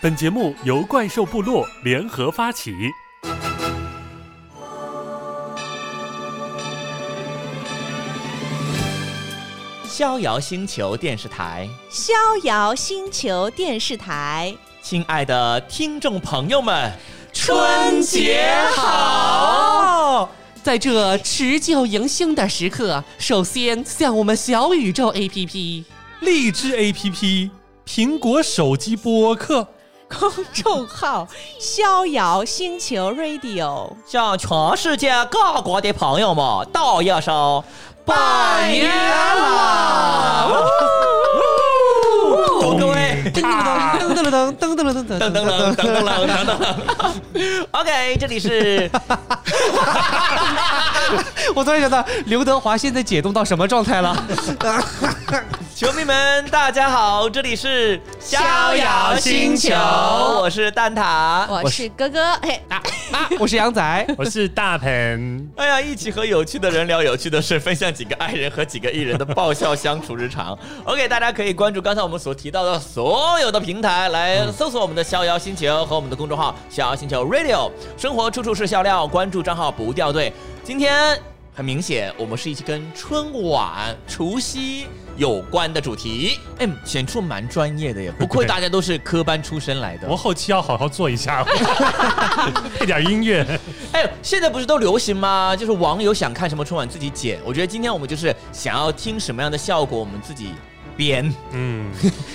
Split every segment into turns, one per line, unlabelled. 本节目由怪兽部落联合发起。
逍遥星球电视台，
逍遥星球电视台，
亲爱的听众朋友们，
春节好！
在这辞旧迎新的时刻，首先向我们小宇宙 APP、
荔枝 APP、苹果手机播客。
公众号“逍遥星球 Radio”，
向全世界各国的朋友们道一声
拜年了！
各位。
噔噔噔噔噔
噔
噔噔噔噔
噔噔噔噔噔噔噔，OK，这里是
我突然想到，刘德华现在解冻到什么状态 了？
球迷们，大家好，这里是
逍遥星球
我是蛋挞，
我是啊哥哥。嘿，
我是杨仔，
我是大盆，
哎呀，一起和有趣的人聊有趣的事，分享几个爱人和几个艺人的爆笑相处日常。OK，大家 可以关注刚才我们所提到的所有的平台，来搜索我们的逍遥星球和我们的公众号“逍遥星球 Radio”，生活处处是笑料，关注账号不掉队。今天很明显，我们是一期跟春晚、除夕有关的主题。嗯，显出蛮专业的耶，不愧大家都是科班出身来的
我。后期要好好做一 下，配点音乐。
哎，现在不是都流行吗？就是网友想看什么春晚自己剪。我觉得今天我们就是想要听什么样的效果，我们自己编。
嗯，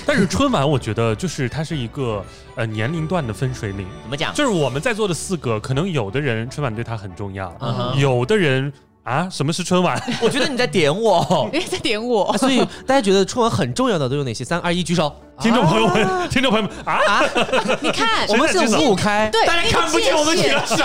但是春晚我觉得就是它是一个呃年龄段的分水岭，
怎么讲？
就是我们在座的四个，可能有的人春晚对他很重要，
嗯哼
有的人啊什么是春 晚？
我觉得你在点我
。别再点我
啊，所以大家觉得春晚很重要的都有哪些？三二一，举手。
听众朋友们，听众朋友们啊，
啊，
你看，
我们是五五开，
对，
大家看不见我们举了手。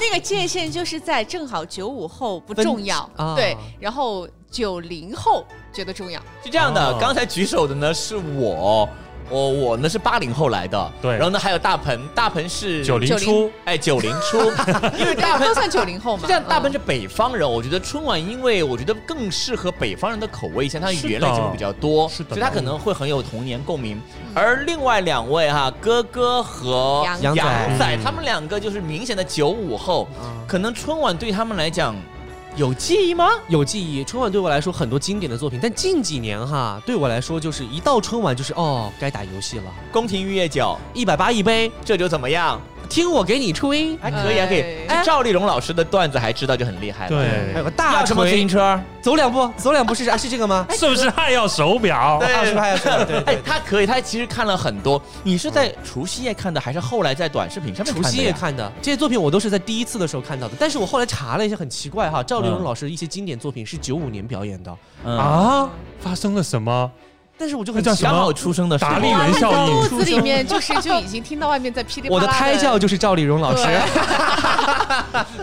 那个界限就是在正好九五后不重要，
分啊
对，然后九零后觉得重要，
是这样的，
哦
刚才举手的呢是我，我我呢是八零后来的，
对
然后呢还有大鹏，大鹏是
九零初，
哎九零初，因为大鹏
都算九零后嘛。
这样，大鹏
嗯
是北方人，我觉得春晚，因为我觉得更适合北方人的口味一些，它
是的
原类节目比较多，
是的
所以他可能会很有童年共鸣。而另外两位哈，哥哥和
杨
杨仔
仔
嗯，
他们两个就是明显的九五后，
啊
可能春晚对他们来讲有记忆吗？
有记忆。春晚对我来说很多经典的作品，但近几年哈，对我来说就是一到春晚就是哦，该打游戏了，
宫廷玉液酒，
一百八一杯，
这就怎么样？
听我给你吹。
还可以，还可以。
哎
就赵丽蓉老师的段子还知道就很厉害了。
对
还有个
要
大
什么自行
锤，
车？
走两步，走两步试试，啊是这个吗？
是不是还要手表？
对
啊是吧？是吧对
哎
对，。
他可以，他其实看了很多。你是在除夕夜看的，还是后来在短视频上面
除
看的呀？
夕夜看的这些作品，我都是在第一次的时候看到的。但是我后来查了一下，很奇怪哈，赵丽
嗯
蓉老师一些经典作品是九五年表演的，
嗯
啊，发生了什么？
但是我就很
那叫
奇怪
什
刚
么
好出生的时候
达利人效
在
应
屋子里面就是就已经听到外面在噼里啪
我
啦啊
的胎教就是赵丽蓉老师，
对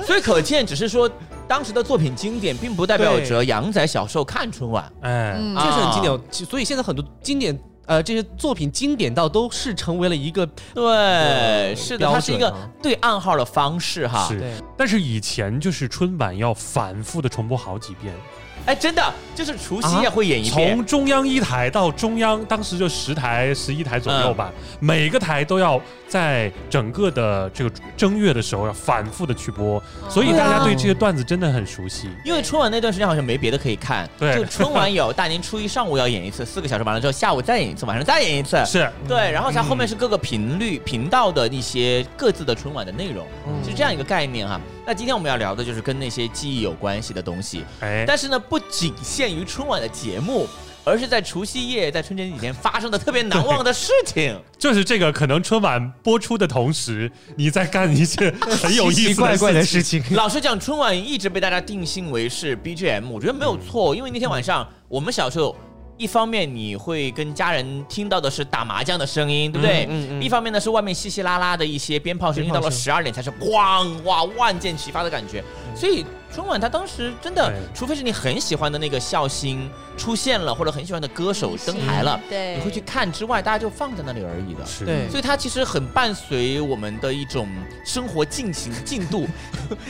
所以可见，只是说当时的作品经典，并不代表
对
着杨仔小时候看春晚。
哎，
嗯
啊
确实很经典。其所以现在很多经典，呃，这些作品经典到都是成为了一个
对，是的，
标
它
准啊
是一个对暗号的方式哈。
是
对
但是以前就是春晚要反复的重播好几遍，
哎，真的，就是除夕夜会演一遍。
啊从中央一台到中央，当时就十台、十一台左右吧，
嗯
每个台都要在整个的这个正月的时候要反复的去播，
嗯
所以大家对这些段子真的很熟悉。
因为春晚那段时间好像没别的可以看，
对
就春晚有大年初一上午要演 一次，四个小时完了之后下午再演一次，晚上再演一次，
是，
对，然后它
嗯
后面是各个频率、频道的一些各自的春晚的内容，
嗯
是这样一个概念哈。那今天我们要聊的就是跟那些记忆有关系的东西，
哎，
但是呢，不仅限于春晚的节目，而是在除夕夜、在春节那几天发生的特别难忘的事情。
就是这个，可能春晚播出的同时，你在干一些很有
奇
意
奇
思的
怪怪的
事情。
事情。
老实讲，春晚一直被大家定性为是 BGM，我觉得没有错，因为那天晚上我们小时候。一方面你会跟家人听到的是打麻将的声音，对不对？
嗯嗯嗯
一方面呢是外面稀稀拉拉的一些鞭炮声音，
鞭炮
到了
声
十二点才是咣哇万箭齐发的感觉。所以春晚它当时真的
对，
除非是你很喜欢的那个笑星出现了，或者很喜欢的歌手登台了，
嗯对，
你会去看之外，大家就放在那里而已的。
是
对
所以它其实很伴随我们的一种生活进行进 度，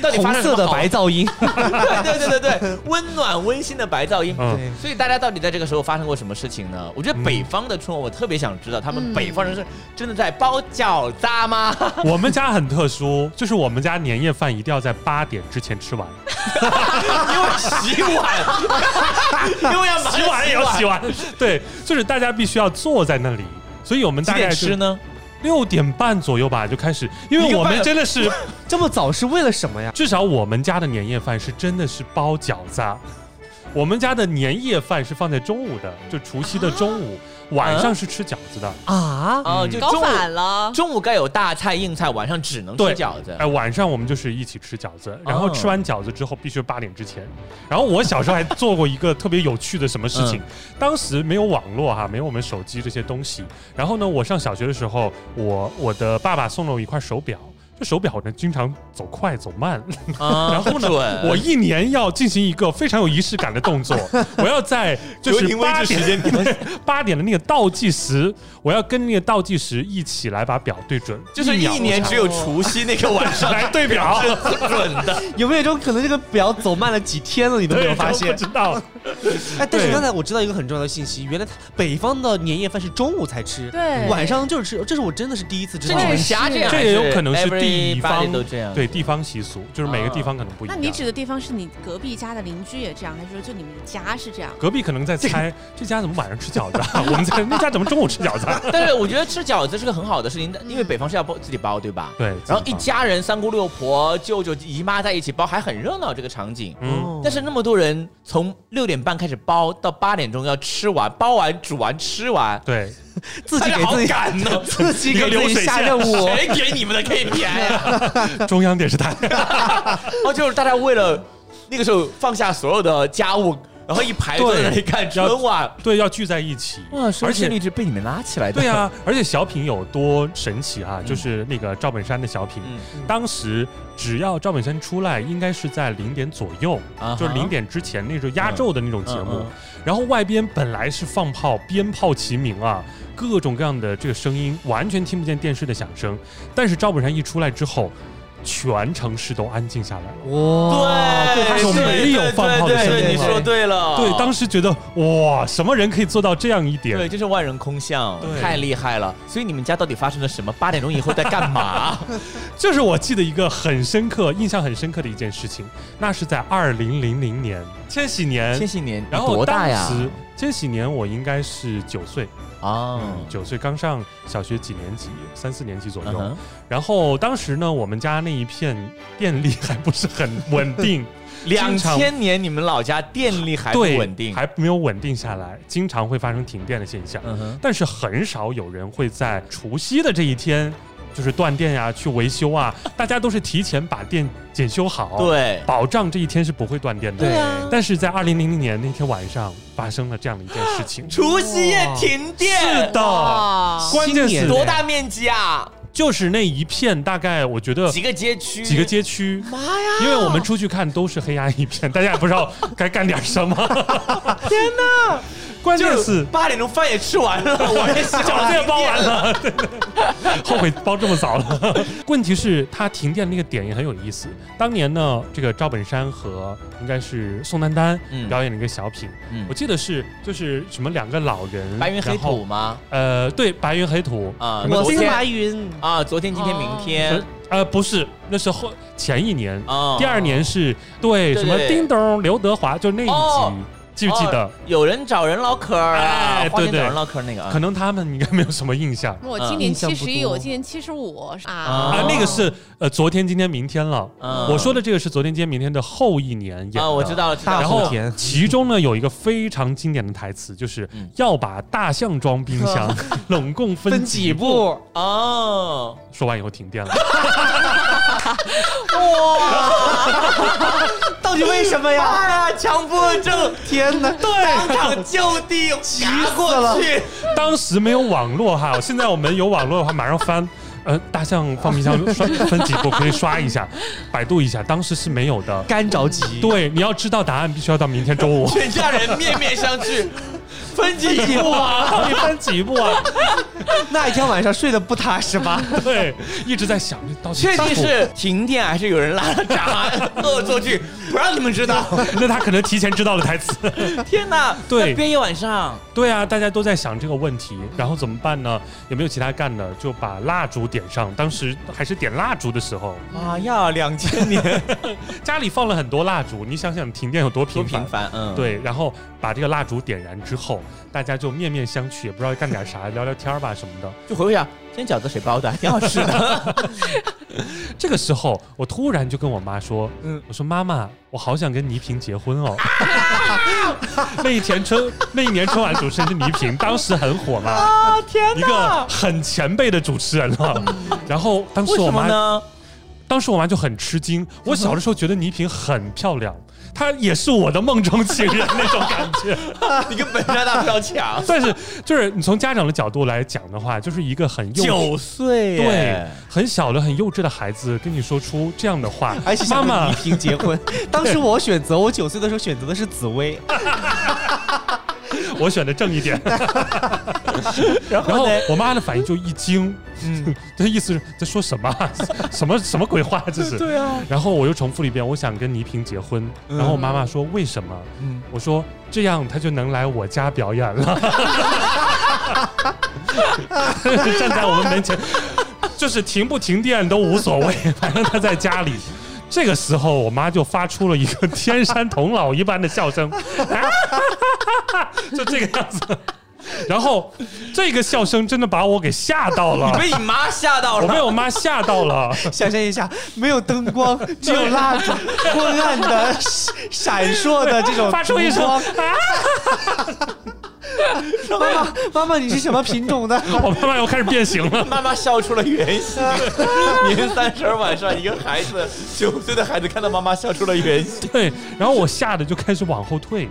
到底发生
色
了
的
好
白噪音，
对对对对对，温暖温馨的白噪音。
嗯，
对
所以大家到底在这个时候发生过什么事情呢？我觉得北方的春晚，我特别想知道他们
嗯
北方人是真的在包饺子 吗？
我们家很特殊，就是我们家年夜饭一定要在八点之前吃完，
因为洗碗， 因为要马上
洗碗也 要洗
碗，
完。对，就是大家必须要坐在那里，所以我们
几
大概
点
是
吃呢？
六点半左右吧就开始，因为我们真的是，
这么早是为了什么呀？
至少我们家的年夜饭是真的是包饺子啊。我们家的年夜饭是放在中午的，就除夕的中午，晚上是吃饺子的。
啊，
哦，
嗯
就中
搞
午
反了，
中午该有大菜硬菜，晚上只能吃
对
饺子
哎，。晚上我们就是一起吃饺子，然
哦
后吃完饺子之后必须八点之前。然后我小时候还做过一个特别有趣的什么事情，
嗯
当时没有网络哈、没有我们手机这些东西。然后呢，我上小学的时候，我我的爸爸送了我一块手表，这手表呢经常走快走慢，
然
然后
哦
呢，我一年要进行一个非常有仪式感的动作，我要 在就是八点八点的那个倒计时，我要跟那个倒计时一起来把表对准，
就是
秒
一年只有除夕那个晚上
来对表，
是准的。
有没有一种可能，这个表走慢了几天了，你都没有发
对
现
不？知道，
哎，但是
对
刚才我知道一个很重要的信息，原来他北方的年夜饭是中午才吃，
对
晚上就是吃，这是我真的是第一次知
是
道
你。们
是
家 这样，
这
还
也有可能是地
everybody
方
都这
嗯
样。
对地方习俗，就是
哦
每个地方可能不一
那
样。
你指的地方是你隔壁家的邻居也这样，还是说就你们家是这样？
隔壁可能在 猜这家怎么晚上吃饺子，啊？ 我们在那家怎么中午吃饺子？啊？
但是我觉得吃饺子是个很好的事情，但因为北方是要包自己包，对吧？
对，
然后一家人三姑六婆、舅舅姨妈在一起包，还很热闹这个场景。
嗯，
但是那么多人从六点半开始包到八点钟要吃完，包完煮完吃完，哎
对，
自己给 自己
大家好赶呢
自己
一个
给
流
自己
水
下
线
任务，
谁给你们的 KPI 啊？
中央电视 台，
哦，就是大家为了那个时候放下所有的家务，然后一排坐在那里看春晚。
对，要聚在一起，
而
而
且
且
励志被你们拉 起来的。
对啊呀、而且小品有多神奇啊！就是那个赵本山的小品，
嗯，
当时只要赵本山出来，应该是在零点左右，
啊哈
就是零点之前那种压轴的那种节目。
嗯嗯嗯
然后外边本来是放炮，鞭炮齐鸣啊，各种各样的这个声音，完全听不见电视的响声。但是赵本山一出来之后，全城市都安静下来了。
哇，
对，
他
是
说没有放炮的
对对对
声
你
音
说对了，
对，当时觉得哇，什么人可以做到这样一点？
对，就是万人空巷，
对
太厉害了。所以你们家到底发生了什么？八点钟以后在干 嘛？
这是我记得一个很深刻、印象很深刻的一件事情，那是在二零零零年千禧年
千，禧年，
哎然
你
后
多
当
大呀？
时千禧年我应该是九岁，
啊，
九岁刚上小学几年级，三四年级左
嗯
右。
哼
然后当时呢，我们家那一片电力还不是很稳定，
两
经常
千年你们老家电力 还不
对
稳定，
还没有稳定下来，经常会发生停电的现象。
嗯哼，
但是很少有人会在除夕的这一天，就是断电呀、去维修啊，大家都是提前把电检修好，，
对，
保障这一天是不会断电的。
对
啊，
但是在二零零零年那天晚上发生了这样的一件事情，
除夕夜停电，
哦是的，
哇
关键
新
是
年
多大面积啊？
就是那一片，大概我觉得
几个街区？
几个？街区，妈呀！因为我们出去看都是黑暗一片，大家也不知道该干点什么。天哪！关键
就是
是
八点钟饭也吃 完了，我也想
饺 子也包完了，对 后悔包这么早了。 问题是，他停电那个点也很有意思。当年呢，这个赵本山和应该是宋丹丹
嗯
表演了一个小品，
嗯
我记得是就是什么两个老人，
白云黑
然后
土吗？
呃，对，白云黑土
啊
什么
我
昨
兵
天
马云，
啊，昨天、今天、明天
呃，不是，那是后前一年，哦
啊，
第二年是对
对
什么
对
叮咚刘德华，就那一
哦
集，记不记得
哦？有人找人唠嗑儿啊
哎，
花
对
钱找
对
人唠�嗑儿那个啊
可，能他们应该没有什么印象
我
嗯
今年
印象
七
不
十一，
多
我今年七十五啊
啊
哦，
那个是呃昨天、今天、明天了。
嗯
我说的这个是昨天、今天、明天的后一年演的
啊，我知。道了，知道了
然后
后天
其中呢有一个非常经典的台词，就是
嗯
要把大象装冰 箱，拢共分
分
几
几
步。
步？
哦，
说完以后停电了，
到底为什么呀？
啊， 强迫症，
天哪！
当场就地夹过去，。
当时没有网络哈，现在我们有网络的话马上翻。呃，大象放 冰箱刷分几步可以刷一下，百度一下，当时是没有的。
干着急。
对，你要知道答案，必须要到明天中午
全家人面面相 觑，分几步啊？
你分几步啊？
那一天晚上睡得不踏实吧？
对，一直在想这到底
确
上
定
午
是停电还是有人拉了闸 恶作剧，不让你们知道。
那他可能提前知道了台词。
天哪，
对
要憋一晚上，
对啊，大家都在想这个问题，然后怎么办呢？有没有其他干的？就把蜡烛点上。当时还是点蜡烛的时候，
妈呀，两千 年
家里放了很多蜡烛，你想想停电有多频
多
繁。
频繁，嗯，，
对，然后把这个蜡烛点燃之后，大家就面面相觑，也不知道干点啥，聊聊天儿吧什么的。
就回味啊，今天饺子谁包的？挺好吃的。
这个时候，我突然就跟我妈说：“
嗯
我说妈妈，我好想跟倪萍结婚哦。 那一天春， 那一年春晚主持人是倪萍，当时很火嘛，啊天一个很前辈的主持人了。然后当
为
时
什
我
么
妈，
呢？
当时我妈就很吃惊。我小的时候觉得倪萍很漂亮，她也是我的梦中情人那种感觉。，
你跟本山大不要抢
但是，就是你从家长的角度来讲的话，就是一个很幼稚
九岁
对
耶，
很小的、很幼稚的孩子跟你说出这样的 话，
而且
妈
想跟
妈
倪萍结婚。当时我选择，我九岁的时候选择的是紫薇，
我选的正一 点。然后我妈的反应就一惊， 嗯，这意思是在说什么啊？ 什么什么鬼话这是？ 对啊。然后我又重复了一遍，我想跟倪萍结婚。
嗯
然后我妈妈说为什么？
嗯，
我说这样她就能来我家表演 了。站在我们门前，就是停不停电都无所 谓，反正她在家里。这个时候，我妈就发出了一个天山童姥一般的笑声， 就这个样子。然后这个笑声真的把我给吓到了
你，
啊
被你妈吓到
我被
了。
我妈吓到 了。
想象一下，没有灯 光，只有蜡烛，昏暗的、闪烁的这 种
发出一
烛
声
光
啊！
妈妈，妈妈，你是什么品 种的？
我妈妈又开始变形了。
妈妈笑出了原形。年三十儿晚上，一个孩子九岁的孩子看到妈妈笑出了原形，
对，然后我吓得就开始往后退，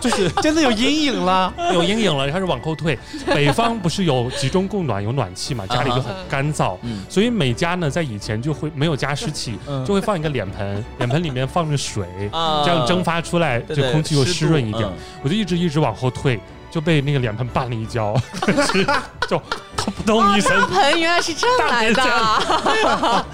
就是
真的有阴影了。
有阴影了，开始往后 退。北方不是有集中供暖有暖气嘛，家里就很干燥，
嗯
所以每家呢在以前就会没有加湿器，
嗯
就会放一个脸盆，脸盆里面放着水，
啊
这样蒸发出来，
对
就
对
空气又湿润一点
湿度嗯。
我就一直一直往后退，就被那个脸盆绊了一 跤，是就咚咚一声。
哦
大盆原来是这么来的啊，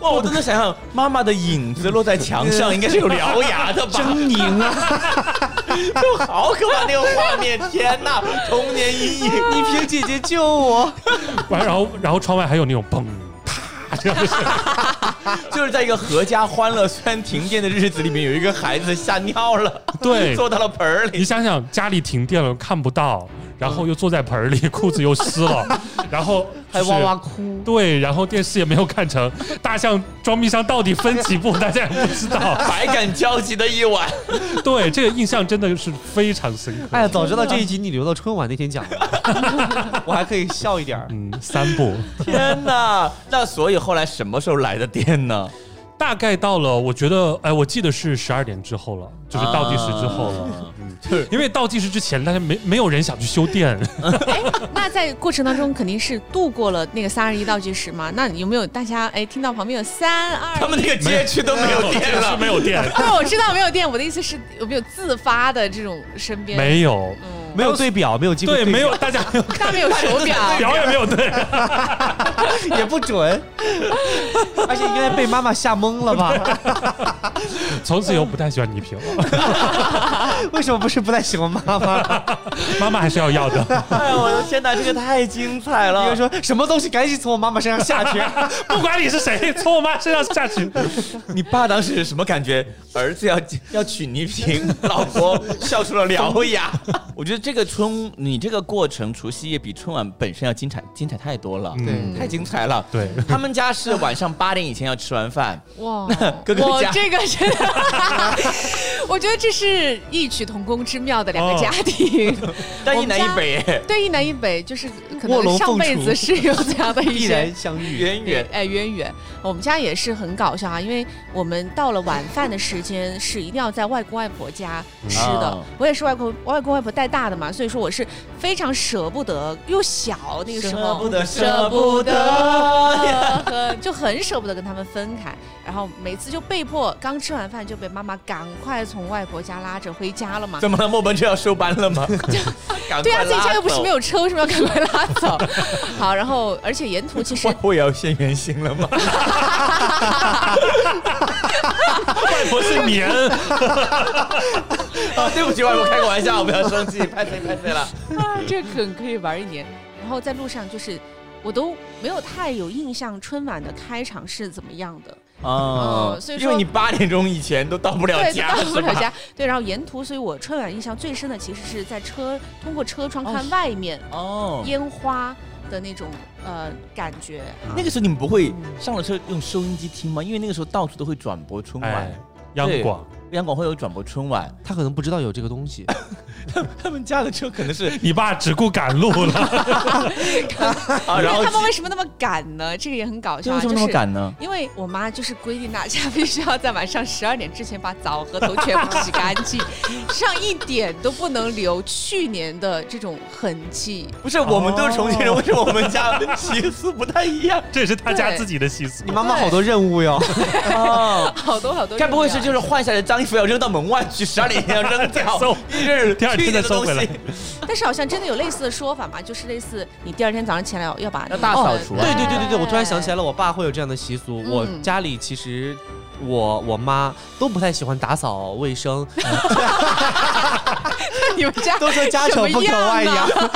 哇！我真的想想，妈妈的影子落在墙上，应该是有獠牙的吧？狰 狞啊！就好可怕那个画面，天哪，童年阴影。
倪萍姐姐救我！
完，然后然后窗外还有那种嘣啪这样的声音。
就是在一个阖家欢乐、虽然停电的日子里面，有一个孩子吓尿了，
对
坐到了盆儿
你
里。
想想，家里停电了看不到，然
嗯
后又坐在盆儿里，裤子又湿 了，然后
还
就是
哇哇哭。
对，然后电视也没有看成， 大象装冰箱到底分几步，大家也不知道。
百感交集的一晚，
对，这个印象真的是非常深刻。
哎呀，早知道这一集你留到春晚那天讲了， 我还可以笑一点儿。
嗯，三步，
天哪！那所以后来什么时候来的电呢？
大概到了，我觉得，哎，我记得是十二点之后了，就是倒计时之后了。
啊
嗯，因为倒计时之前，大家没没有人想去修 电，
那在过程当中肯定是度过了那个三二一倒计时嘛。那你有没有大家哎听到旁边有三二？
他们那个街区都没有电
是
了，
没有电，
对，我知道没有电，我的意思是有没有自发的这种身边
没有，
嗯，
没有对表，没有机
对，
会
没
表
有，大家没有
大家没有手 表，
表也没有对。
也不 准，而且应该被妈妈吓懵 了吧？
从此以后不太喜欢倪萍了，
为什么不是不太喜欢妈妈？
妈妈还是要要的，
哎，我的天哪，这个太精彩
应该
了！
说什么东西赶紧从我妈妈身上 下去。
不管你是谁，从我妈身上下 去。
你爸当时是什么感觉？儿子要 要娶倪萍，老婆笑出了獠牙。 我觉得这个春，你这个过程，除夕夜比春晚本身要精彩，精彩太多了，
嗯
太精彩了。
对，
他们家 是晚上八点以前要吃完饭，
哇，
哥哥
我
家
这个真的， 我觉得这是异曲同工之妙的两
哦
个家庭，
但
我
一
们
南
家
一北，
对一南一北，就是可
卧龙
能上
凤
辈
雏
子是有这样的一
必
些
然 相遇。
远
对
远，
哎，渊源。我们家也是很搞笑啊，因为我们到了晚饭的时间是一定要在外公外婆家吃的。
嗯
我也是外公外公外婆带大的嘛，所以说我是非常舍不得，又小那个时
舍不
候。
得，舍不得。
呃， 就很舍不得跟他们分开，然后每次就被迫刚吃完饭就被妈妈赶快从外婆家拉着回家了嘛。
怎么了？末班车要收班了 吗？赶快
对啊，自己家又不是没
有。
有车，为什么要赶快拉走？好，然后而且沿途其实
外婆也要现原形了吗？
外婆是年，
啊，对不起，外婆开个玩笑，我不要生气，拍谁拍谁了。
啊，这梗可以玩一年。然后在路上就是，我都没有太有印象春晚的开场是怎么样的，
哦
嗯所以
因
说
为你八点钟以前都到不了
对，
家，
到不
是
了
吧？
家，对。然后沿途，所以我春晚印象最深的其实是在车通过车窗看外面
哦，
烟花的那种呃感觉。
那个时候你们不会上了车用收音机听吗？因为那个时候到处都会转播春
哎
晚，，
央广，
央广会有转播春晚。
他可能不知道有这个东西，
他们家的车可能是
你爸只顾赶路了，
啊，
因
然 后
为他们为什么那么赶呢？这个也很搞笑、
为
啊，
什么
就
那么
是。
赶呢？
因为我妈就是规定大家必须要在晚上十二 点之前把澡和头全部洗干 净，上一点都不能留去年的这种痕迹。
不是，我们都是重庆人，为什么我们家习俗不太一样？
这也是他家
对
自己的习俗
你。妈妈好多任务哟。
哦，
好多好多，
该不会是 就是换下来的脏衣服要扔到门外去，十二点以前要扔掉，
收
一日
第二天再收回来
去年的东西
但是好像真的有类似的说法嘛，就是类似你第二天早上起来要把哦
要大扫除啊
对对对对对，我突然想起 来了，我爸会有这样的习俗。我
嗯
家里其实我我妈都不太喜欢打扫卫生，
来，你们家
都说 家丑不可外扬
什么样。啊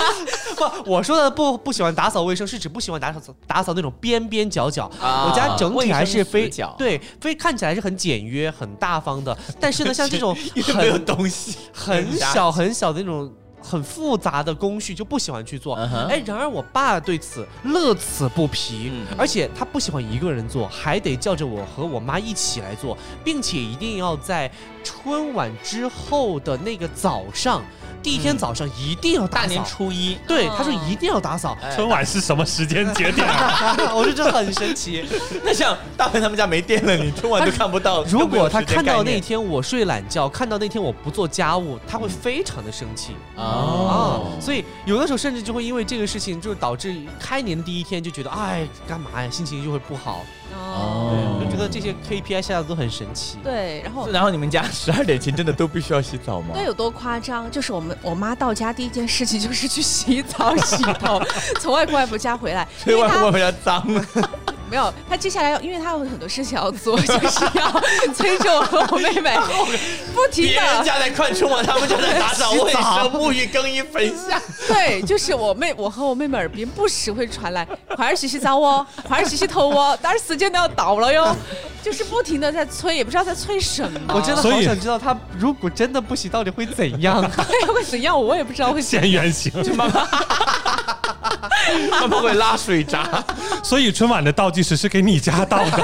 不，我说的不不喜欢打扫卫生，是指不喜欢打扫打扫那种边边角角。
啊
我家整体还是非
卫生死角
对非看起来是很简约、很大方 的，但是呢，像这种
因为没有
很
东西，
很 小很小的那种很复杂的工序就不喜欢去做。
嗯哼
哎，然而我爸对此乐此不疲，
嗯
而且他不喜欢一个人做，还得叫着我和我妈一起来做，并且一定要在春晚之后的那个早上，第一天早上一定要打扫。
嗯大年初一，
对，
哦
他说一定要打扫，
哎
春晚是什么时间节点 啊？
我说这很神奇。
那像大鹏他们家没电了， 你春晚都看不到。
如果他
都没有时间
看到
概
那
念
天我睡懒觉，看到那天我不做家务，他会非常的生气。啊
哦，，
所以有的时候甚至就会因为这个事情，就是导致开年的第一天就觉得，哎，干嘛呀，心情就会不好，
哦
哦，
就觉得这些 KPI 下的都很神奇。
对，然后
然后你们家十二点前真的都必须要洗澡吗
那？有多夸张？就是我们我妈到家第一件事情就是去洗澡洗头， 从外公外婆家回 来，
所
因
以外
为
婆
她
外婆家脏 了，
没有，她接下来要，因为她有很多事情要做，就是要催着我和我妹 妹不停
别人
的，
家在看春晚，他们家在打扫
洗澡
卫生、沐浴、更衣、焚香。
对，就是我妹，我和我妹妹耳边不时会传来“快点洗洗澡哦，快点洗洗头哦”，但是时间都要到了哟，就是不停的在催，也不知道在催什么，
我真的
所
好
以
想知道他如果真的不洗，到底会怎样？
会怎样，我也不知道会怎样。
现原形。
他们会拉水 闸，
所以春晚的倒计时是给你家倒 的，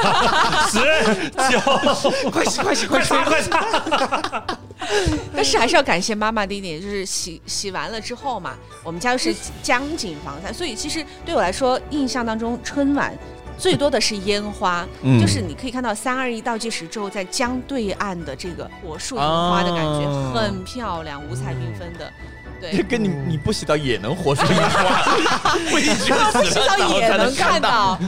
十九，
快洗，快洗，快
快
洗！
擦快擦！
但是还是要感谢妈妈的一点，就是洗洗完了之后嘛，我们家又是江景房菜，所以其实对我来说，印象当中春晚。最多的是烟花，
嗯
就是你可以看到三二一倒计时之后，在江对岸的这个火树银花的感觉，
哦
很漂亮，五彩缤纷的。
就
对，
跟你你不洗澡也能活出一 花， 不一定要
不
洗
洗澡也
才
能看
看。
到。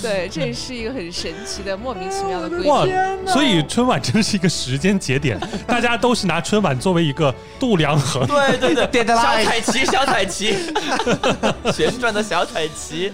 对，这是一个很神奇的、莫名其妙的规
哇
律。，
所以春晚真的是一个时间节点，大家都是拿春晚作为一个度量衡。
对对对，
点的
小
啦
彩 旗，小彩旗，旋转的小彩旗。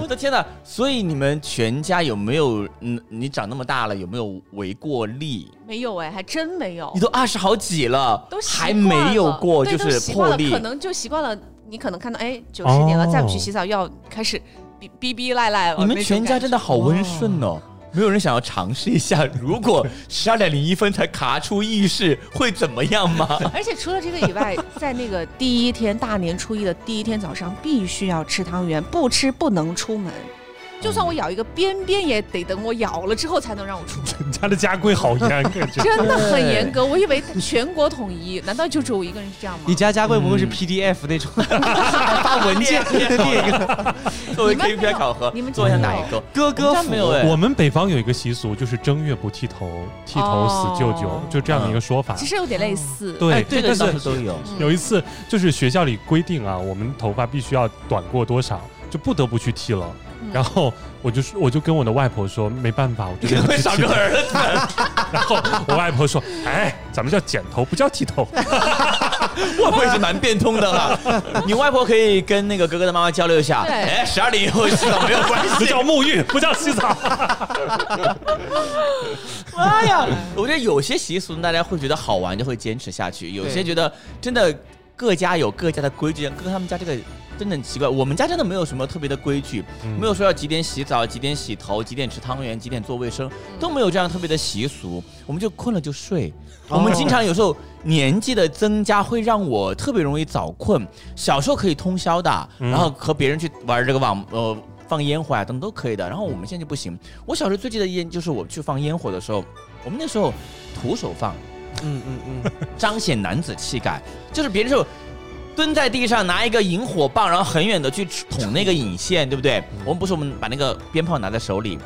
我的天哪！所以你们全家有没有？嗯，你长那么大了，有没有违过例？
没有哎，还真没有
你。都二十好几了，
都习
还
惯
没有
了
过，
对
就
都
是
习惯
破
了
例
可。能就习惯了。你可能看到，哎，九十点了，
哦
再不去洗澡要开始逼逼逼赖赖了。
你们全家真
的
的好温顺哦。没有人想要尝试一下，如果十二点零一分才卡出意识，会怎么样吗？
而且除了这个以外，在那个第一天大年初一的第一天早上，必须要吃汤圆，不吃不能出门。就算我
嗯
咬一个边边，也得等我咬了之后才能让我出门。
你家的家规好严，感觉
真的很严格，我以为全国统一，难道就只有我一个人是这样吗？
你家家规不会是
嗯
PDF 那种发文件的那个？
作为
你们没有
KPI 考核，
你们哦
做一下
真的
哪一个？
哥
我
哥
们家
府
没有哎
我们北方有一个习俗，就是正月不剃头，剃头死舅舅
哦，
就这样的一个说法
其。实有哎点类似，
对，
这个
但
倒
是
是都有。
嗯
有一次就是学校里规定啊，我们头发必须要短过多少，就不得不去剃了。
嗯
然后我就说我就跟我的外婆说，没办法，我觉
你
得
会
要去
少
剃
个
头。
儿子，
然后我外婆说， 哎，咱们叫剪头，不叫剃头。
外婆也是蛮变通的哈。你外婆可以跟那个哥哥的妈妈交流一下。
对
哎，十二点以后洗澡没有关
不
系。
叫沐浴，不叫洗澡。
妈呀！我觉得有些习俗大家会觉得好玩就会坚持下去，有些觉得真的各家有各家的规矩，哥他们家这个真的很奇怪。我们家真的没有什么特别的规矩，
嗯
没有说要几点洗澡、几点洗头、几点吃汤圆、几点做卫生，都没有这样特别的习俗。我们就困了就睡。我们经常有时候年纪的增加会让我特别容易早困。小时候可以通宵的，
嗯
然后和别人去玩这个网呃放烟火啊等都可以的。然后我们现在就不行。我小时候最记得一件就是我去放烟火的时候，我们那时候徒手放，
嗯嗯嗯，
彰显男子气概，就是别人就蹲在地上拿一个引火棒，然后很远的去捅那个引线，对不对？我们不是我们把那个鞭炮拿在手里，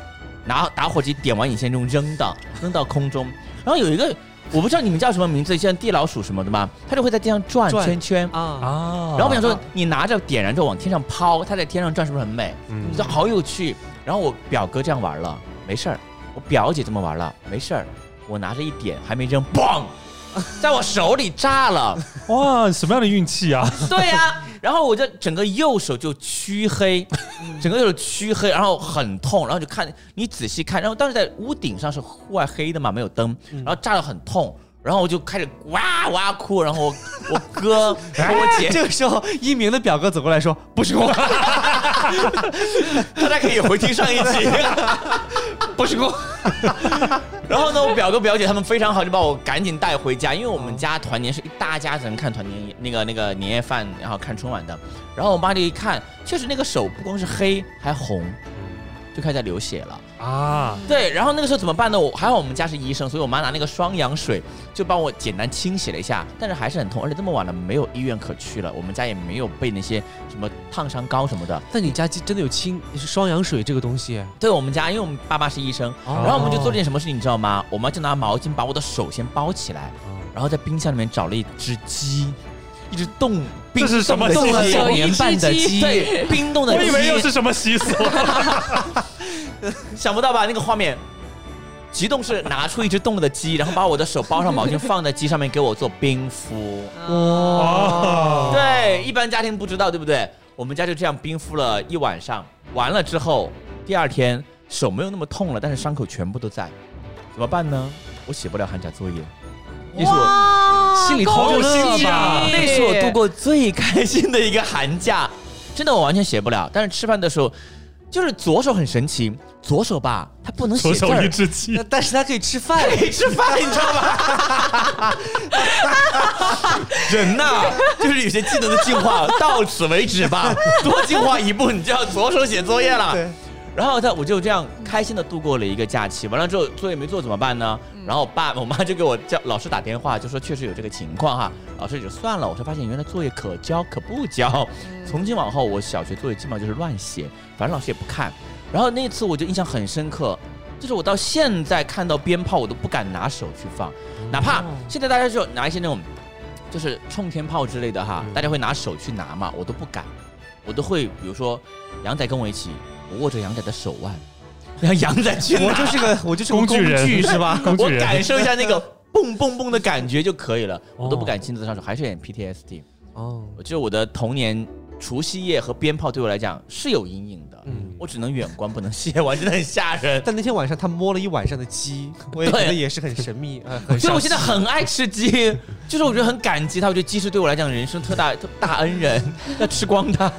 拿打火机点完引线之后扔到扔到空中，然后有一个我不知道你们叫什么名字，像地老鼠什么的嘛，它就会在地上转
转
圈圈。
啊，
啊
然后我想说，你拿着点燃之后往天上抛，它在天上转是不是很美？
嗯
你说好有趣。然后我表哥这样玩了，没事儿；我表姐这么玩了，没事儿。我拿着一点还没扔， 嘣，在我手里炸了。
哇，什么样的运气啊！
对呀、 然后我就整个右手就黢黑，整个右手黢黑，然后很痛，然后就看你仔细看，然后当时在屋顶上是户外黑的嘛，没有灯，然后炸得很痛。然后我就开始哇哇哭，然后我我哥 和我姐
这个时候 一鸣的表哥走过来说：“不是我，
大家可以回听上一集，不是我。然后呢，我表哥表姐他们非常好，就把我赶紧带回家，因为我们家团年是一大家子人看团年夜那个那个年夜饭，然后看春晚的。然后我妈就一看，确实那个手不光是黑，还红，就开始在流血了。
啊，
对，然后那个时候怎么办呢？我还好我们家是医生，所以我妈拿那个双氧水就帮我简单清洗了一下，但是还是很痛，而且这么晚了没有医院可去了，我们家也没有备那些什么烫伤膏什么的。
但你家真的有清双氧水这个东西？
对我们家，因为我们爸爸是医生，
哦
然后我们就做了件什么事情，你知道吗？我妈就拿毛巾把我的手先包起来，然后在冰箱里面找了一只鸡，一只冻
这
冰
是什么
冻
东
的
西
小
有一
年
只
半的
鸡
鸡，对，冰冻的
我以为又
鸡，
是什么习俗，
想不到吧？那个画面。激动是拿出一只冻了的鸡，然后把我的手包上毛巾放在鸡上面给我做冰敷。
嗯
哦
对，一般家庭不知道，对不对？我们家就这样冰敷了一晚上，完了之后，第二天手没有那么痛了，但是伤口全部都在，怎么办呢？我写不了寒假作业，也是我，啊
哇，
心里
恭
头就
喜
乐
啊
吧
那是我度过最开心的一个寒假，真的我完全写不了。但是吃饭的时候，就是左手很神奇，左手吧它不能写
左
字
手一
儿，
只鸡
那，但是他可以吃饭，
可以吃饭，你知道吗？ 人呐、就是有些技能的进化到此为止吧，多进化一步，你就要左手写作业了。
对
然后他我就这样开心的度过了一个假期，完了之后作业没做怎么办呢？然后我爸我妈就给我叫老师打电话，就说确实有这个情况哈，老师也就算了。我才发现原来作业可交可不交，从今往后我小学作业基本上就是乱写，反正老师也不看。然后那次我就印象很深刻，就是我到现在看到鞭炮我都不敢拿手去放，哪怕现在大家就拿一些那种就是冲天炮之类的哈，大家会拿手去拿嘛，我都不敢，我都会比如说杨仔跟我一起，我握着杨仔的手腕， 让杨仔去
我
拿，
就是个我就是个
工具人
是吧？
工具
我
人
感受一下那个 蹦蹦蹦的感觉就可以了，我都不
哦
敢亲自上手，还是有点 PTSD。
哦，
我觉得我的童年除夕夜和鞭炮对我来讲是有阴影的，
嗯
我只能远观不能亵玩，真的很吓 人。
但那天晚上他摸了一晚上的 鸡，我也觉得也是很神 秘，呃，很
所以我
伤
现
心
在很爱吃鸡， 就是我觉得很感激它，我觉得鸡是对我来讲人生特大特大恩人，要吃光它。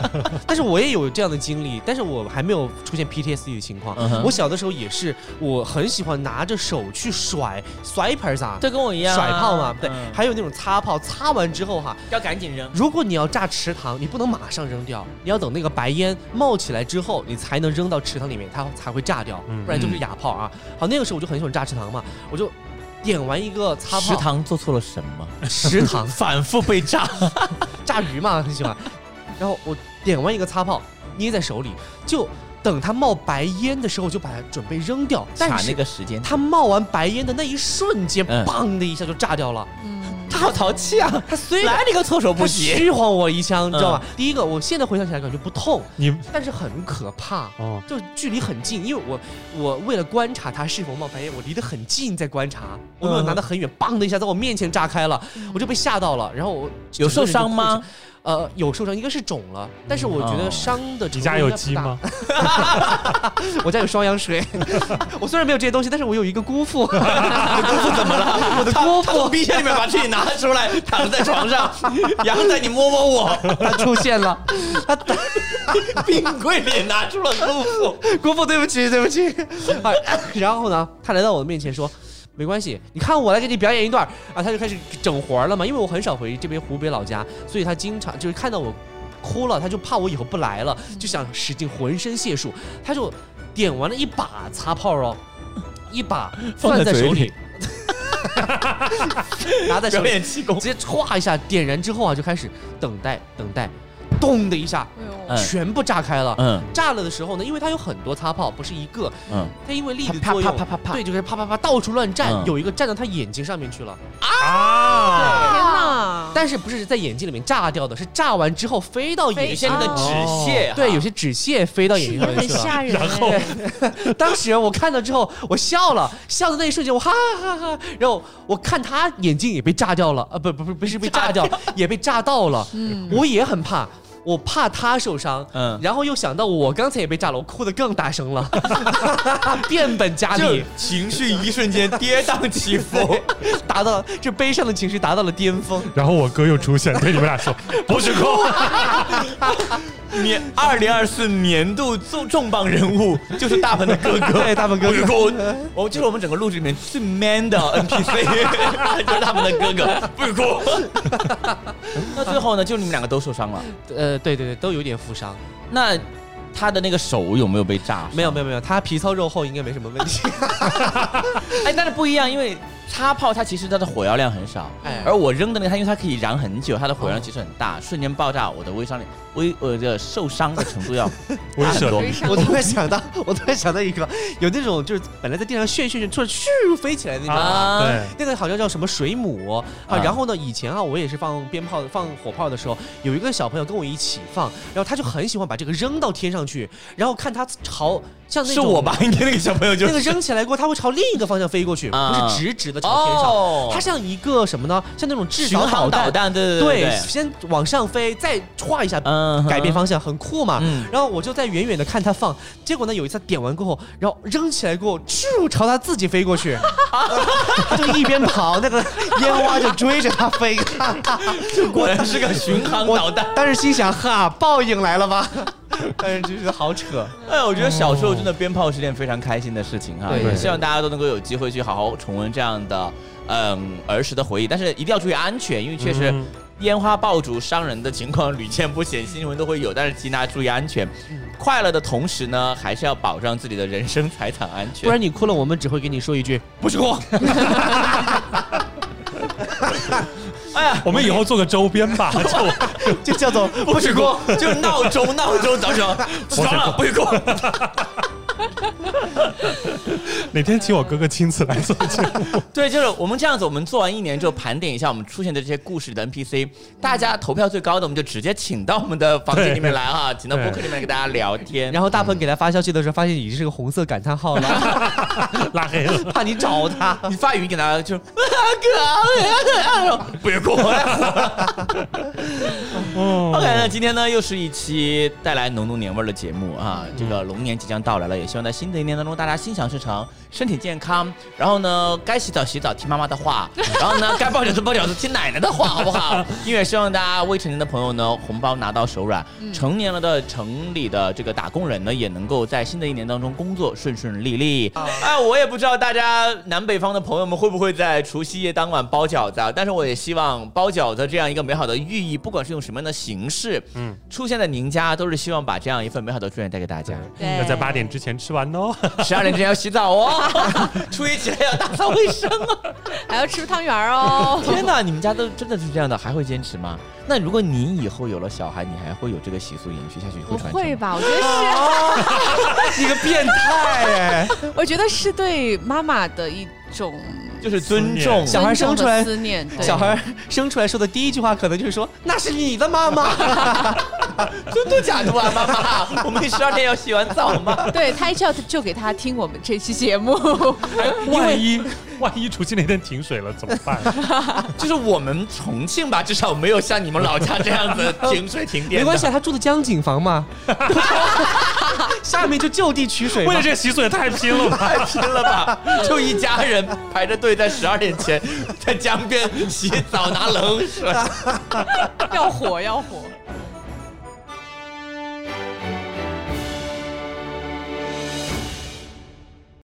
但是我也有这样的经历，但是我还没有出现 PTSD 的情况。
嗯哼
我小的时候也是，我很喜欢拿着手去甩甩盆儿撒，
对，跟我一样啊，
甩炮嘛，对，
嗯
还有那种擦炮，擦完之后哈，
要赶紧扔。
如果你要炸池塘，你不能马上扔掉，你要等那个白烟冒起来之后，你才能扔到池塘里面，它才会炸掉
嗯，
不然就是哑炮啊。好，那个时候我就很喜欢炸池塘嘛，我就点完一个擦
食
炮，
堂做错了什么？
池塘
反复被炸，
炸鱼嘛，很喜欢。然后我点完一个擦炮，捏在手里，就等它冒白烟的时候，我就把它准备扔掉。但
卡那
是
个时间。
它冒完白烟的那一瞬间，
嗯
砰的一下就炸掉了。
嗯，
他好淘气啊！
它虽然
来你个措手
他
不及，嗯
虚晃我一枪，你知道吗？第一个，我现在回想起来感觉不痛，
你
但是很可怕。
哦，
就是距离很近，因为我我为了观察它是否冒白哎烟，我离得很近在观察，我
嗯
没有拿得很远，砰的一下在我面前炸开了，我就被吓到了。然后我
有受伤吗？？
呃，有受伤，应该是肿了，但是我觉得伤
嗯
的
啊你
程度
家
应
有
该不
鸡
大？
吗？
我家有双氧水， 我虽然没有这些东西，但是我有一个姑父，
怎么了？我的
姑
从冰箱里面把自己拿出来，躺在床 上，然后在你摸摸我，
他啊出现了，他
冰柜里拿出了姑父。
姑父，对不起，对不起。啊， 然后呢，他来到我的面前说。没关系，你看我来给你表演一段儿啊！他就开始整活儿了嘛，因为我很少回这边湖北老家，所以他经常就是看到我哭了，他就怕我以后不来了，
嗯
就想使尽浑身解数，他就点完了一把擦炮哦，一把
放
攥
在
在
嘴
手
里
里， 拿在手
表
里，
演气功
直，接歘一下点燃之后啊，就开始等待等待，咚的一下
哎
嗯
全部炸开了。
嗯
炸了的时候呢，因为它有很多擦炮，不是一个，
嗯，
它因为力的
啪
作
啪
用，
啪啪啪
对，就是啪啪啪到处乱站，
嗯
有一个站到他眼睛上面去了，
啊，
天哪！
但是不是在眼睛里面炸掉的，是炸完之后飞到
飞
眼
有
睛
些
上
那
面
个
去了。
纸屑哈，
对，有些纸屑飞到眼
是也很
睛上面去了。
吓人，
然后
当时我看到之后，我笑了，笑的那一瞬间，我哈哈哈哈。然后我看他眼睛也被炸掉了，啊，不不不，不是被炸掉，也被炸到了。
嗯，
我也很怕，我怕他受伤，
嗯
然后又想到我刚才也被炸了，我哭得更大声了， 变本加
就
厉，
情绪一瞬间跌宕起伏。
达到这悲伤的情绪达到了巅峰。
然后我哥又出现，对你们俩说不许哭，
年二零二四年度重重磅人物就是大鹏的哥哥，
对大鹏哥哥
我就说我就是我们整个录制里面最 man 的 NPC，就是 大鹏的哥哥，不许哭。 那最后呢，就你们两个都受伤了，
呃，对对对，都有点负伤，
那他的那个手有没有被炸？
没有没有没有，他皮糙肉厚，应该没什么问题。
哎，但是不一样，因为擦炮它其实它的火药量很少，
哎
而我扔的那个它，因为它可以燃很久，它的火药量其实很大，瞬间爆炸，我的微伤力微我的受伤的程度要
我
大
舍
很多
得。
我突然想到，我突然想到一个，有那种就是本来在地上炫炫炫，突然咻飞起来的那种。
啊
对，
那个好像叫什么水母啊
啊
然后呢，以前啊，我也是放鞭炮、放火炮的时候，有一个小朋友跟我一起放，然后他就很喜欢把这个扔到天上去，然后看他朝像那
是
种
我吧？应该那个小朋友就
那个扔起来过，他会朝另一个方向飞过去，
啊
不是直直的朝天上，
哦，
它像一个什么呢？像那种制
巡
导
航
导
导
弹，
弹，对对
对，，先往上飞，再歘一下
嗯，
改变方向，很酷嘛。
嗯
然后我就在远远的看他放，结果呢有一次他点完过后，然后扔起来过后，咻朝他自己飞过 去，他就一边跑，那个烟花就追着他飞。
果然是个巡航
我
导 弹。
当时心想哈，报应来了吧？但是就觉得好 扯。
哎，我觉得小时候真的鞭炮是件非常开心的事情哈，
对
也希望大家都能够有机会去好好重温这样的嗯儿时的回忆，但是一定要注意安全，因为确实
嗯
烟花爆竹伤人的情况屡见不鲜，新闻都会有，但是请大家注意安全。快乐的同时呢，还是要保障自己的人身财产安全，
不然你哭了，我们只会给你说一句
不许哭。哎呀，
我们以后做个周边吧，就
就叫 做
不许哭，就是闹钟闹钟早上
我
爽了，不许哭。
哪天请我哥哥亲自来做这个。
对，就是我们这样子，我们做完一年之后盘点一下我们出现的这些故事的 NPC，大家投票最高的，我们就直接请到我们的房间里面来啊，请到播客里面来跟大家聊天。
然后大鹏给他发消息的时候，发现已经是个红色感叹号 了，
拉黑了。
怕你找他。
你发语音给大家就啊哥，啊不许哭。
哦
哦
嗯
OK，那今天呢又是一期带来浓浓年味儿的节目啊，这个龙年即将到来了，也也希望在新的一年当中，大家心想事成，身体健康。然后呢，该洗澡洗澡，听妈妈的话；然后呢，该包饺子包饺子，听奶奶的话，好不好？因为希望大家未成年的朋友呢，红包拿到手软；成年了的城里的这个打工人呢，也能够在新的一年当中工作顺顺利利。哎，我也不知道大家南北方的朋友们会不会在除夕夜当晚包饺子啊？但是我也希望包饺子这样一个美好的寓意，不管是用什么样的形式，
嗯
出现在您家，都是希望把这样一份美好的祝愿带给大家。
对
要在八点之前吃完哦。
十二点之前要洗澡哦， 初一起来要打扫卫生哦。
还要吃汤圆儿哦。
天哪，你们家都真的是这样的，还会坚持吗？那如果你以后有了小孩，你还会有这个习俗延续下去，
不
会传承吗？
会吧？我觉得
你个变态哎！
是， 我觉得是对妈妈的一种
就是尊 重，
小孩生出来
尊重的思念，对
小孩生出来说的第一句话，可能就是说：“那是你的妈妈。
真的假的啊，妈妈？我们十二点要洗完澡吗？
对他一叫就给他听我们这期节目，
万一万一除夕那天停水了怎么 办？
就是我们重庆吧，至少没有像你们老家这样 子停水停”电。
没关系，啊，他住的江景房嘛，下面就就地取水嘛。
为了这个习俗也太拼了吧！
太拼了吧！就一家人排着队在十二点前在江边洗澡拿冷水。
要火要火。